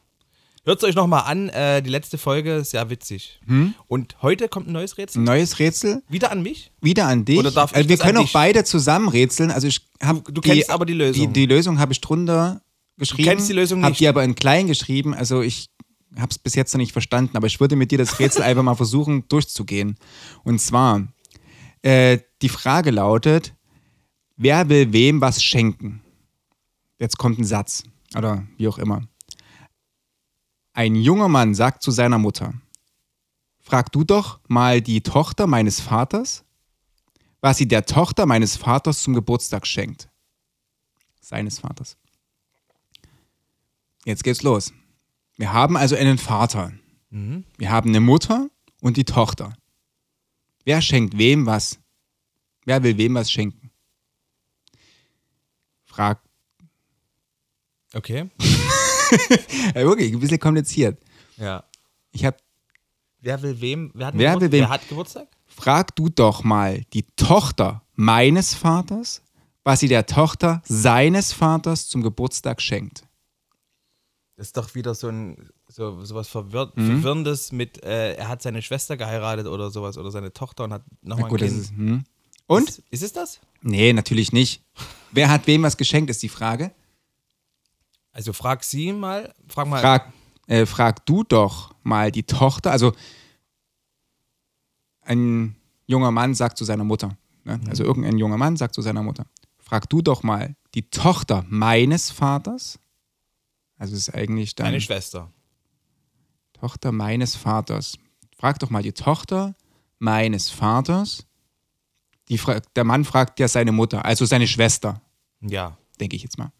Speaker 1: Hört es euch nochmal an, äh, die letzte Folge, sehr witzig.
Speaker 3: Hm?
Speaker 1: Und heute kommt ein neues Rätsel.
Speaker 3: Neues Rätsel
Speaker 1: Wieder an mich?
Speaker 3: wieder an dich.
Speaker 1: Oder darf ich
Speaker 3: also wir
Speaker 1: das an
Speaker 3: können auch
Speaker 1: dich?
Speaker 3: beide zusammen rätseln. Also ich hab
Speaker 1: Du- du kennst aber die Lösung.
Speaker 3: Die, die Lösung habe ich drunter geschrieben.
Speaker 1: kennst die Lösung
Speaker 3: Habe
Speaker 1: nicht.
Speaker 3: die aber in klein geschrieben. Also ich habe es bis jetzt noch nicht verstanden, aber ich würde mit dir das Rätsel einfach mal versuchen durchzugehen. Und zwar, äh, die Frage lautet, wer will wem was schenken? Jetzt kommt ein Satz oder wie auch immer. Ein junger Mann sagt zu seiner Mutter, frag du doch mal die Tochter meines Vaters, was sie der Tochter meines Vaters zum Geburtstag schenkt. Seines Vaters. Jetzt geht's los. Wir haben also einen Vater. Wir haben eine Mutter und die Tochter. Wer schenkt wem was? Wer will wem was schenken? Frag.
Speaker 1: Okay.
Speaker 3: Ja, Äh, wirklich, ein bisschen kompliziert.
Speaker 1: Ja.
Speaker 3: Ich hab.
Speaker 1: Wer will wem? Wer hat,
Speaker 3: Wer
Speaker 1: Geburt-
Speaker 3: will wem?
Speaker 1: Wer hat Geburtstag?
Speaker 3: Frag du doch mal die Tochter meines Vaters, was sie der Tochter seines Vaters zum Geburtstag schenkt.
Speaker 1: Das ist doch wieder so ein so sowas verwirr
Speaker 3: Mhm.
Speaker 1: verwirrendes mit äh, er hat seine Schwester geheiratet oder sowas oder seine Tochter und hat
Speaker 3: Na
Speaker 1: nochmal ein
Speaker 3: gut, das
Speaker 1: Kind.
Speaker 3: ist, hm. Und?
Speaker 1: Ist, ist es das?
Speaker 3: Nee, natürlich nicht. Wer hat wem was geschenkt, ist die Frage.
Speaker 1: Also frag sie mal, frag mal.
Speaker 3: Frag, äh, frag du doch mal die Tochter. Also, ein junger Mann sagt zu seiner Mutter, ne?
Speaker 1: Mhm.
Speaker 3: also irgendein junger Mann sagt zu seiner Mutter, frag du doch mal die Tochter meines Vaters. Also, es ist eigentlich dann
Speaker 1: Meine Schwester.
Speaker 3: Tochter meines Vaters. Frag doch mal die Tochter meines Vaters. Die, fra- der Mann fragt ja seine Mutter, also seine Schwester.
Speaker 1: Ja.
Speaker 3: denke ich jetzt mal.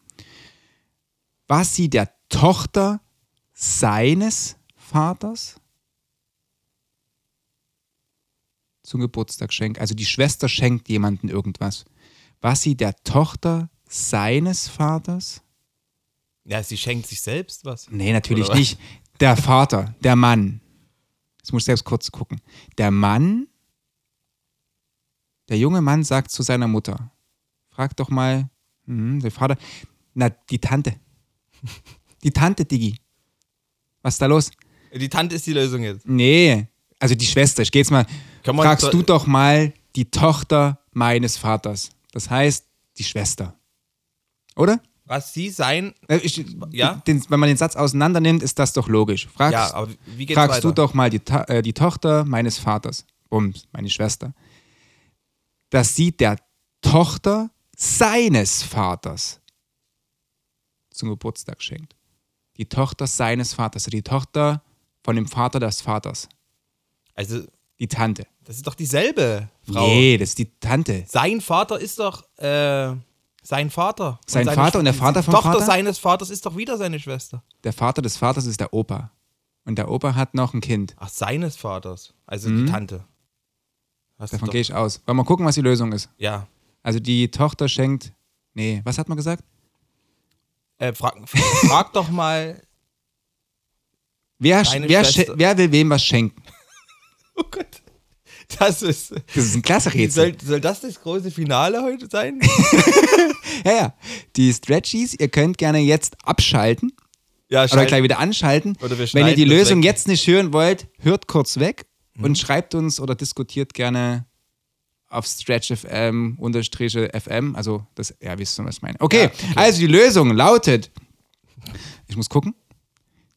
Speaker 3: Was sie der Tochter seines Vaters zum Geburtstag schenkt. Also die Schwester schenkt jemandem irgendwas. Was sie der Tochter seines Vaters?
Speaker 1: Ja, sie schenkt sich selbst was.
Speaker 3: Nee, natürlich
Speaker 1: Oder was?
Speaker 3: nicht. Der Vater, der Mann. Jetzt muss ich selbst kurz gucken. Der Mann, der junge Mann sagt zu seiner Mutter, frag doch mal, hm, der Vater, na, die Tante. Die Tante, Digi. Was ist da los?
Speaker 1: Die Tante ist die Lösung jetzt.
Speaker 3: Nee, also die Schwester, ich geh jetzt mal,
Speaker 1: Kann man
Speaker 3: fragst
Speaker 1: so-
Speaker 3: du doch mal die Tochter meines Vaters. Das heißt, die Schwester. Oder?
Speaker 1: Was sie sein.
Speaker 3: Äh, Ich,
Speaker 1: Ja?
Speaker 3: den, wenn man den Satz auseinander nimmt, ist das doch logisch. Fragst,
Speaker 1: Ja, aber wie geht's
Speaker 3: fragst
Speaker 1: weiter?
Speaker 3: du doch mal die, Ta äh, die Tochter meines Vaters, Bums, meine Schwester, dass sie der Tochter seines Vaters zum Geburtstag schenkt. Die Tochter seines Vaters, also die Tochter von dem Vater des Vaters,
Speaker 1: Also,
Speaker 3: die Tante.
Speaker 1: das ist doch dieselbe Frau.
Speaker 3: Nee, das ist die Tante.
Speaker 1: Sein Vater ist doch äh, sein Vater.
Speaker 3: Sein
Speaker 1: seine
Speaker 3: Vater und der
Speaker 1: Sch-
Speaker 3: Vater vom
Speaker 1: Tochter
Speaker 3: Vater?
Speaker 1: seines Vaters ist doch wieder seine Schwester.
Speaker 3: Der Vater des Vaters ist der Opa. Und der Opa hat noch ein Kind.
Speaker 1: Ach, seines Vaters. Also die Tante. Hast du
Speaker 3: Mhm. Davon
Speaker 1: doch-
Speaker 3: gehe ich aus. Wollen wir mal gucken, was die Lösung ist.
Speaker 1: Ja.
Speaker 3: Also die Tochter schenkt. Nee, was hat man gesagt?
Speaker 1: Äh, frag, frag doch mal.
Speaker 3: Wer,
Speaker 1: Deine
Speaker 3: wer,
Speaker 1: Schwester.
Speaker 3: schen- wer will wem was schenken?
Speaker 1: Oh Gott. Das ist.
Speaker 3: Das ist ein klasse Rätsel.
Speaker 1: Soll, soll das das große Finale heute sein?
Speaker 3: Ja, ja. Die Stretchies, ihr könnt gerne jetzt abschalten
Speaker 1: ja,
Speaker 3: oder
Speaker 1: scheiße.
Speaker 3: gleich wieder anschalten.
Speaker 1: Oder wir
Speaker 3: Wenn ihr
Speaker 1: schneiden
Speaker 3: die
Speaker 1: das
Speaker 3: Lösung
Speaker 1: weg. Mhm.
Speaker 3: jetzt nicht hören wollt, hört kurz weg und schreibt uns oder diskutiert gerne auf stretchfm unterstriche fm. Also das, ja, wisst ihr, was ich meine. Okay, also die Lösung lautet, ich muss gucken,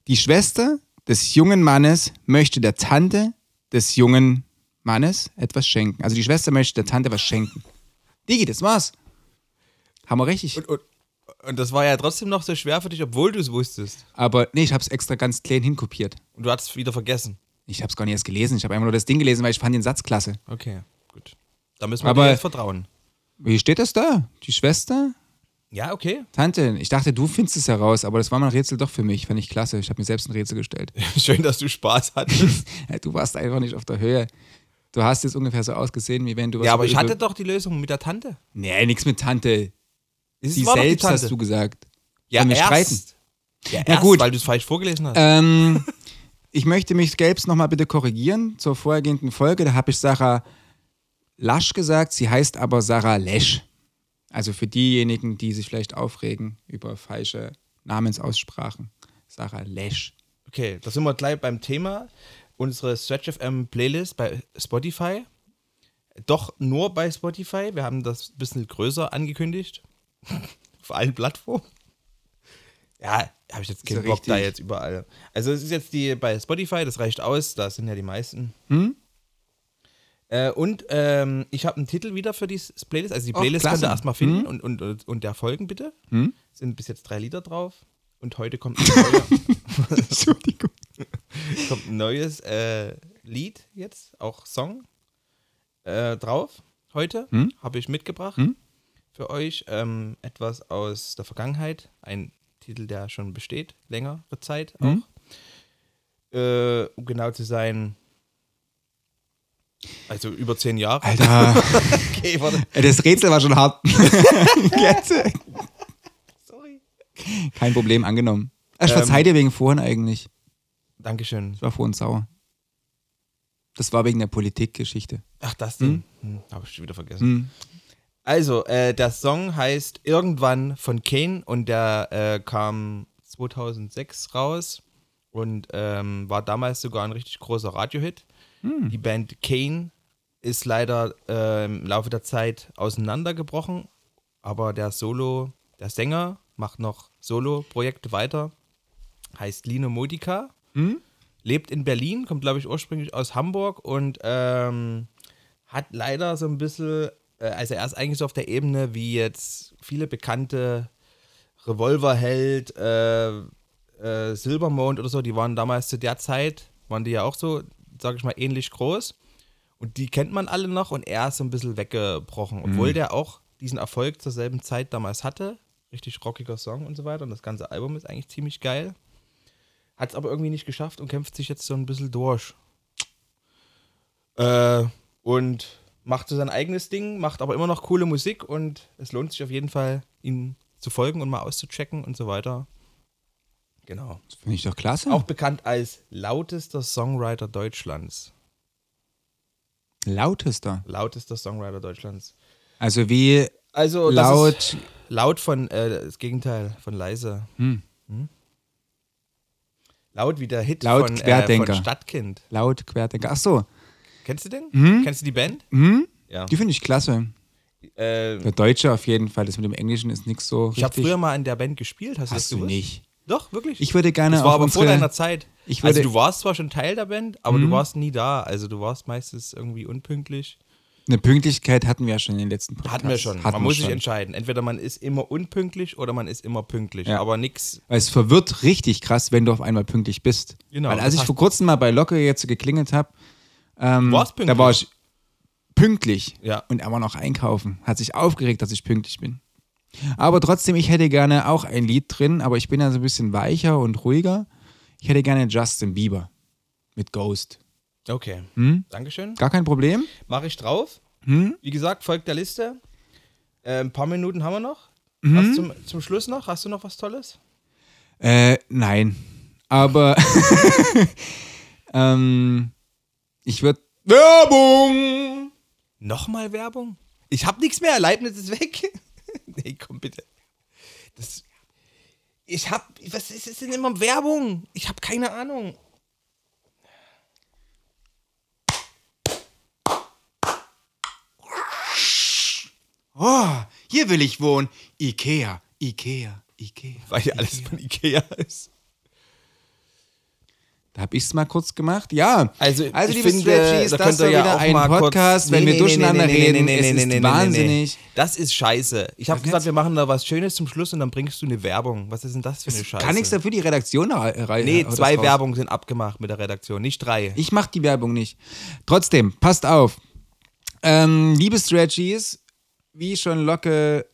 Speaker 3: die Schwester des jungen Mannes möchte der Tante des jungen Mannes etwas schenken. Also die Schwester möchte der Tante was schenken. Digi, das war's. Haben wir richtig.
Speaker 1: Und, und, und das war ja trotzdem noch so schwer für dich, obwohl du es wusstest.
Speaker 3: Aber nee, ich hab's extra ganz klein hinkopiert.
Speaker 1: Und du hast es wieder vergessen.
Speaker 3: Ich habe es gar nicht erst gelesen. Ich habe einfach nur das Ding gelesen, weil ich fand den Satz klasse.
Speaker 1: Okay, gut. Da müssen wir
Speaker 3: Aber-
Speaker 1: dir jetzt vertrauen.
Speaker 3: Wie steht das da? Die Schwester?
Speaker 1: Ja, okay.
Speaker 3: Tante, ich dachte, du findest es heraus, aber das war mal ein Rätsel doch für mich. Fand ich klasse. Ich habe mir selbst ein Rätsel gestellt.
Speaker 1: Schön, dass du Spaß hattest.
Speaker 3: Ja, du warst einfach nicht auf der Höhe. Du hast jetzt ungefähr so ausgesehen, wie wenn du was.
Speaker 1: ja, aber ich
Speaker 3: über-
Speaker 1: hatte doch die Lösung mit der Tante.
Speaker 3: Nee, nichts mit Tante.
Speaker 1: Es
Speaker 3: Sie
Speaker 1: war doch
Speaker 3: selbst hast du gesagt.
Speaker 1: Ja,
Speaker 3: Wollen wir
Speaker 1: erst.
Speaker 3: streiten?
Speaker 1: Ja,
Speaker 3: Na
Speaker 1: erst,
Speaker 3: gut.
Speaker 1: weil du es falsch vorgelesen hast.
Speaker 3: Ähm, ich möchte mich selbst nochmal bitte korrigieren zur vorhergehenden Folge. Da habe ich Sarah Lasch gesagt, sie heißt aber Sarah Lesch. Also für diejenigen, die sich vielleicht aufregen über falsche Namensaussprachen. Sarah Lesch.
Speaker 1: Okay, da sind wir gleich beim Thema. Unsere Stretch FM Playlist bei Spotify. Doch nur bei Spotify. Wir haben das ein bisschen größer angekündigt. Auf allen Plattformen. Ja, habe ich jetzt keinen
Speaker 3: Ist ja
Speaker 1: Bock da
Speaker 3: richtig.
Speaker 1: jetzt überall. Also es ist jetzt die bei Spotify, das reicht aus, da sind ja die meisten.
Speaker 3: Hm?
Speaker 1: Äh, und ähm, ich habe einen Titel wieder für die S- Playlist. Also die
Speaker 3: Oh,
Speaker 1: Playlist könnt
Speaker 3: klasse. Hm?
Speaker 1: ihr erstmal finden und, und, und, und der Folgen bitte. Sind bis jetzt drei Lieder drauf. Und heute kommt eine neue
Speaker 3: Entschuldigung.
Speaker 1: kommt ein neues äh, Lied jetzt, auch Song, äh, drauf. Heute habe ich mitgebracht für euch ähm, etwas aus der Vergangenheit. Ein Titel, der schon besteht, längere Zeit auch. Äh, um genau zu sein, also über zehn Jahre.
Speaker 3: Alter,
Speaker 1: Okay, warte.
Speaker 3: Äh, das Rätsel war schon hart. Jetzt.
Speaker 1: Sorry.
Speaker 3: Kein Problem, angenommen. Ich verzeih dir wegen vorhin eigentlich.
Speaker 1: Dankeschön.
Speaker 3: Ich war vorhin sauer. Das war wegen der Politikgeschichte.
Speaker 1: Ach, das Ding. Hm, habe ich schon wieder vergessen. Also, äh, der Song heißt Irgendwann von Kane und der äh, kam 2006 raus und ähm, war damals sogar ein richtig großer Radiohit. Die Band Kane ist leider äh, im Laufe der Zeit auseinandergebrochen, aber der Solo, der Sänger macht noch Solo-Projekte weiter, heißt Lino Modica, lebt in Berlin, kommt glaube ich ursprünglich aus Hamburg und ähm, hat leider so ein bisschen, äh, also er ist eigentlich so auf der Ebene, wie jetzt viele bekannte Revolverheld, äh, äh, Silbermond oder so, die waren damals zu der Zeit, waren die ja auch so, sag ich mal, ähnlich groß. Und die kennt man alle noch und er ist so ein bisschen weggebrochen, obwohl der auch diesen Erfolg zur selben Zeit damals hatte. Richtig rockiger Song und so weiter. Und das ganze Album ist eigentlich ziemlich geil. Hat es aber irgendwie nicht geschafft und kämpft sich jetzt so ein bisschen durch. Äh, und macht so sein eigenes Ding, macht aber immer noch coole Musik und es lohnt sich auf jeden Fall, ihm zu folgen und mal auszuchecken und so weiter. Genau.
Speaker 3: Das finde ich doch klasse.
Speaker 1: Auch bekannt als lautester Songwriter Deutschlands.
Speaker 3: lautester.
Speaker 1: Lautester Songwriter Deutschlands.
Speaker 3: Also wie
Speaker 1: Also das Ist
Speaker 3: laut.
Speaker 1: laut von, äh, das Gegenteil von leise.
Speaker 3: Hm.
Speaker 1: Hm? Laut wie der Hit
Speaker 3: Laut
Speaker 1: von, äh,
Speaker 3: Querdenker.
Speaker 1: von Stadtkind.
Speaker 3: Laut Querdenker. Ach so.
Speaker 1: Kennst du den?
Speaker 3: Hm?
Speaker 1: Kennst du die Band?
Speaker 3: Hm?
Speaker 1: Ja.
Speaker 3: Die finde ich klasse.
Speaker 1: Äh,
Speaker 3: Der Deutsche auf jeden Fall. Das mit dem Englischen ist nichts so
Speaker 1: ich habe
Speaker 3: richtig.
Speaker 1: früher mal in der Band gespielt, hast, du das
Speaker 3: Hast du
Speaker 1: gewusst?
Speaker 3: nicht.
Speaker 1: Doch, wirklich.
Speaker 3: Ich würde gerne
Speaker 1: das war
Speaker 3: auf
Speaker 1: aber
Speaker 3: unsere,
Speaker 1: vor deiner Zeit.
Speaker 3: Ich
Speaker 1: also
Speaker 3: würde- Mhm.
Speaker 1: du warst zwar schon Teil der Band, aber du warst nie da. Also du warst meistens irgendwie unpünktlich.
Speaker 3: Eine Pünktlichkeit hatten wir ja schon in den letzten Podcasts.
Speaker 1: Hatten wir schon.
Speaker 3: Hatten
Speaker 1: man
Speaker 3: wir
Speaker 1: muss sich
Speaker 3: schon.
Speaker 1: entscheiden. Entweder man ist immer unpünktlich oder man ist immer pünktlich.
Speaker 3: Ja.
Speaker 1: Aber nix.
Speaker 3: Weil es verwirrt richtig krass, wenn du auf einmal pünktlich bist.
Speaker 1: Genau,
Speaker 3: Weil
Speaker 1: das
Speaker 3: als ich
Speaker 1: hast-
Speaker 3: vor kurzem mal bei Locke jetzt geklingelt habe, ähm,
Speaker 1: Du warst pünktlich.
Speaker 3: da war ich pünktlich
Speaker 1: Ja.
Speaker 3: und er war noch einkaufen. Hat sich aufgeregt, dass ich pünktlich bin. Aber trotzdem, ich hätte gerne auch ein Lied drin, aber ich bin ja so ein bisschen weicher und ruhiger. Ich hätte gerne Justin Bieber mit Ghost.
Speaker 1: Okay.
Speaker 3: Hm?
Speaker 1: Dankeschön.
Speaker 3: Gar kein Problem.
Speaker 1: Mache ich drauf.
Speaker 3: Hm?
Speaker 1: Wie gesagt, folgt der Liste. Äh, ein paar Minuten haben wir noch.
Speaker 3: Mhm.
Speaker 1: Hast zum, zum Schluss noch? Hast du noch was Tolles?
Speaker 3: Äh, nein. Aber ähm, ich würde Werbung!
Speaker 1: Nochmal Werbung? Ich habe nichts mehr. Leibniz ist weg. nee, komm bitte. Das, ich hab. Was ist es denn immer Werbung? Ich habe keine Ahnung.
Speaker 3: Oh, hier will ich wohnen. Ikea, Ikea, Ikea.
Speaker 1: Weil ja alles von Ikea ist.
Speaker 3: Da habe ich es mal kurz gemacht. Ja,
Speaker 1: Also, ich
Speaker 3: liebe
Speaker 1: finde,
Speaker 3: Stretchies,
Speaker 1: da
Speaker 3: das
Speaker 1: könnt
Speaker 3: war
Speaker 1: ihr ja
Speaker 3: wieder
Speaker 1: auch
Speaker 3: ein
Speaker 1: mal kurz-
Speaker 3: Podcast, wenn
Speaker 1: Nee,
Speaker 3: wir
Speaker 1: nee,
Speaker 3: durcheinander
Speaker 1: nee, nee, nee,
Speaker 3: reden.
Speaker 1: nee, nee,
Speaker 3: es
Speaker 1: nee,
Speaker 3: ist
Speaker 1: nee, nee,
Speaker 3: wahnsinnig.
Speaker 1: nee. Das ist scheiße. Ich habe gesagt, wir machen da was Schönes zum Schluss und dann bringst du eine Werbung. Was ist denn das für eine Scheiße?
Speaker 3: Kann nichts dafür, die Redaktion äh, erreichen.
Speaker 1: Nee, zwei Werbungen sind abgemacht mit der Redaktion, nicht drei.
Speaker 3: Ich mache die Werbung nicht. Trotzdem, passt auf. Ähm, liebe Stretchies, wie schon Locke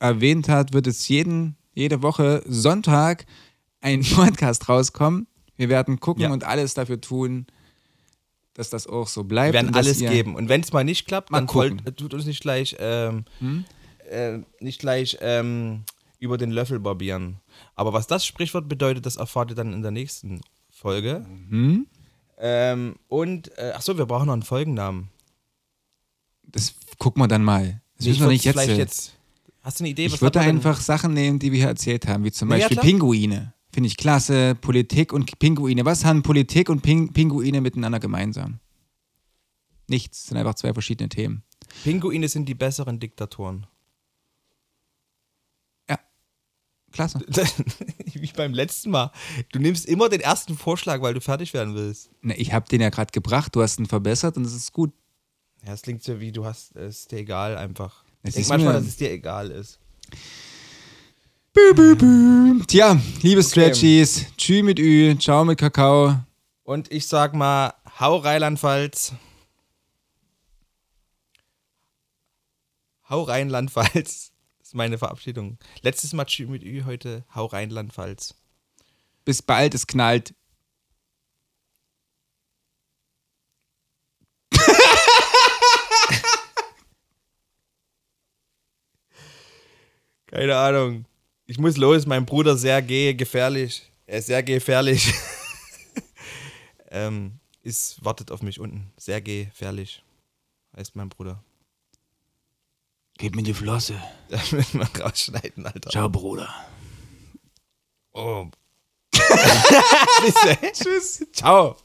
Speaker 3: erwähnt hat, wird es jeden, jede Woche Sonntag ein Podcast rauskommen. Wir werden gucken
Speaker 1: Ja.
Speaker 3: und alles dafür tun, dass das auch so
Speaker 1: Wir
Speaker 3: bleibt.
Speaker 1: werden
Speaker 3: und dass
Speaker 1: alles
Speaker 3: ihr-
Speaker 1: geben. Und wenn es mal nicht klappt,
Speaker 3: Mal
Speaker 1: dann
Speaker 3: gucken. Hm?
Speaker 1: wollt, tut uns nicht gleich, ähm, äh, nicht gleich ähm, über den Löffel barbieren. Aber was das Sprichwort bedeutet, das erfahrt ihr dann in der nächsten Folge.
Speaker 3: Hm?
Speaker 1: Ähm, und, äh, achso, wir brauchen noch einen Folgennamen.
Speaker 3: Das gucken wir dann mal. Das müssen wir
Speaker 1: würd
Speaker 3: nicht jetzt.
Speaker 1: vielleicht
Speaker 3: jetzt
Speaker 1: jetzt. Hast du eine Idee?
Speaker 3: ich
Speaker 1: was
Speaker 3: würde
Speaker 1: hat man
Speaker 3: einfach Sachen nehmen, die wir hier erzählt haben, wie zum
Speaker 1: Ja,
Speaker 3: Beispiel
Speaker 1: klar.
Speaker 3: Pinguine. Finde ich klasse. Politik und Pinguine. Was haben Politik und Ping Pinguine miteinander gemeinsam? Nichts. Das sind einfach zwei verschiedene Themen.
Speaker 1: denn? Pinguine sind die besseren Diktatoren.
Speaker 3: Klasse.
Speaker 1: Wie beim letzten Mal. Du nimmst immer den ersten Vorschlag, weil du fertig werden willst.
Speaker 3: Na, ich habe den ja gerade gebracht. Du hast ihn verbessert und es ist gut.
Speaker 1: Ja, es klingt so wie, du hast äh, es ist dir egal einfach.
Speaker 3: Es
Speaker 1: Ich denke
Speaker 3: ist
Speaker 1: manchmal,
Speaker 3: mir-
Speaker 1: dass es dir egal ist.
Speaker 3: Bü, bü, bü. Tja, liebe Stretchies. Tschü mit Ü. Ciao mit Kakao.
Speaker 1: Und ich sag mal, hau Rheinland-Pfalz. Hau Rheinland-Pfalz. Das ist meine Verabschiedung. Letztes Mal Tschü mit Ü, heute hau Rheinland-Pfalz.
Speaker 3: Bis bald. Es knallt.
Speaker 1: Keine Ahnung. Ich muss los, mein Bruder Sergej, gefährlich. Er ist sehr gefährlich. ähm, ist, wartet auf mich unten. Sergej, gefährlich. Heißt mein Bruder.
Speaker 2: Gib mir die Flosse.
Speaker 1: Da müssen wir rausschneiden, Alter.
Speaker 2: Ciao, Bruder.
Speaker 1: Oh. Tschüss. Ciao.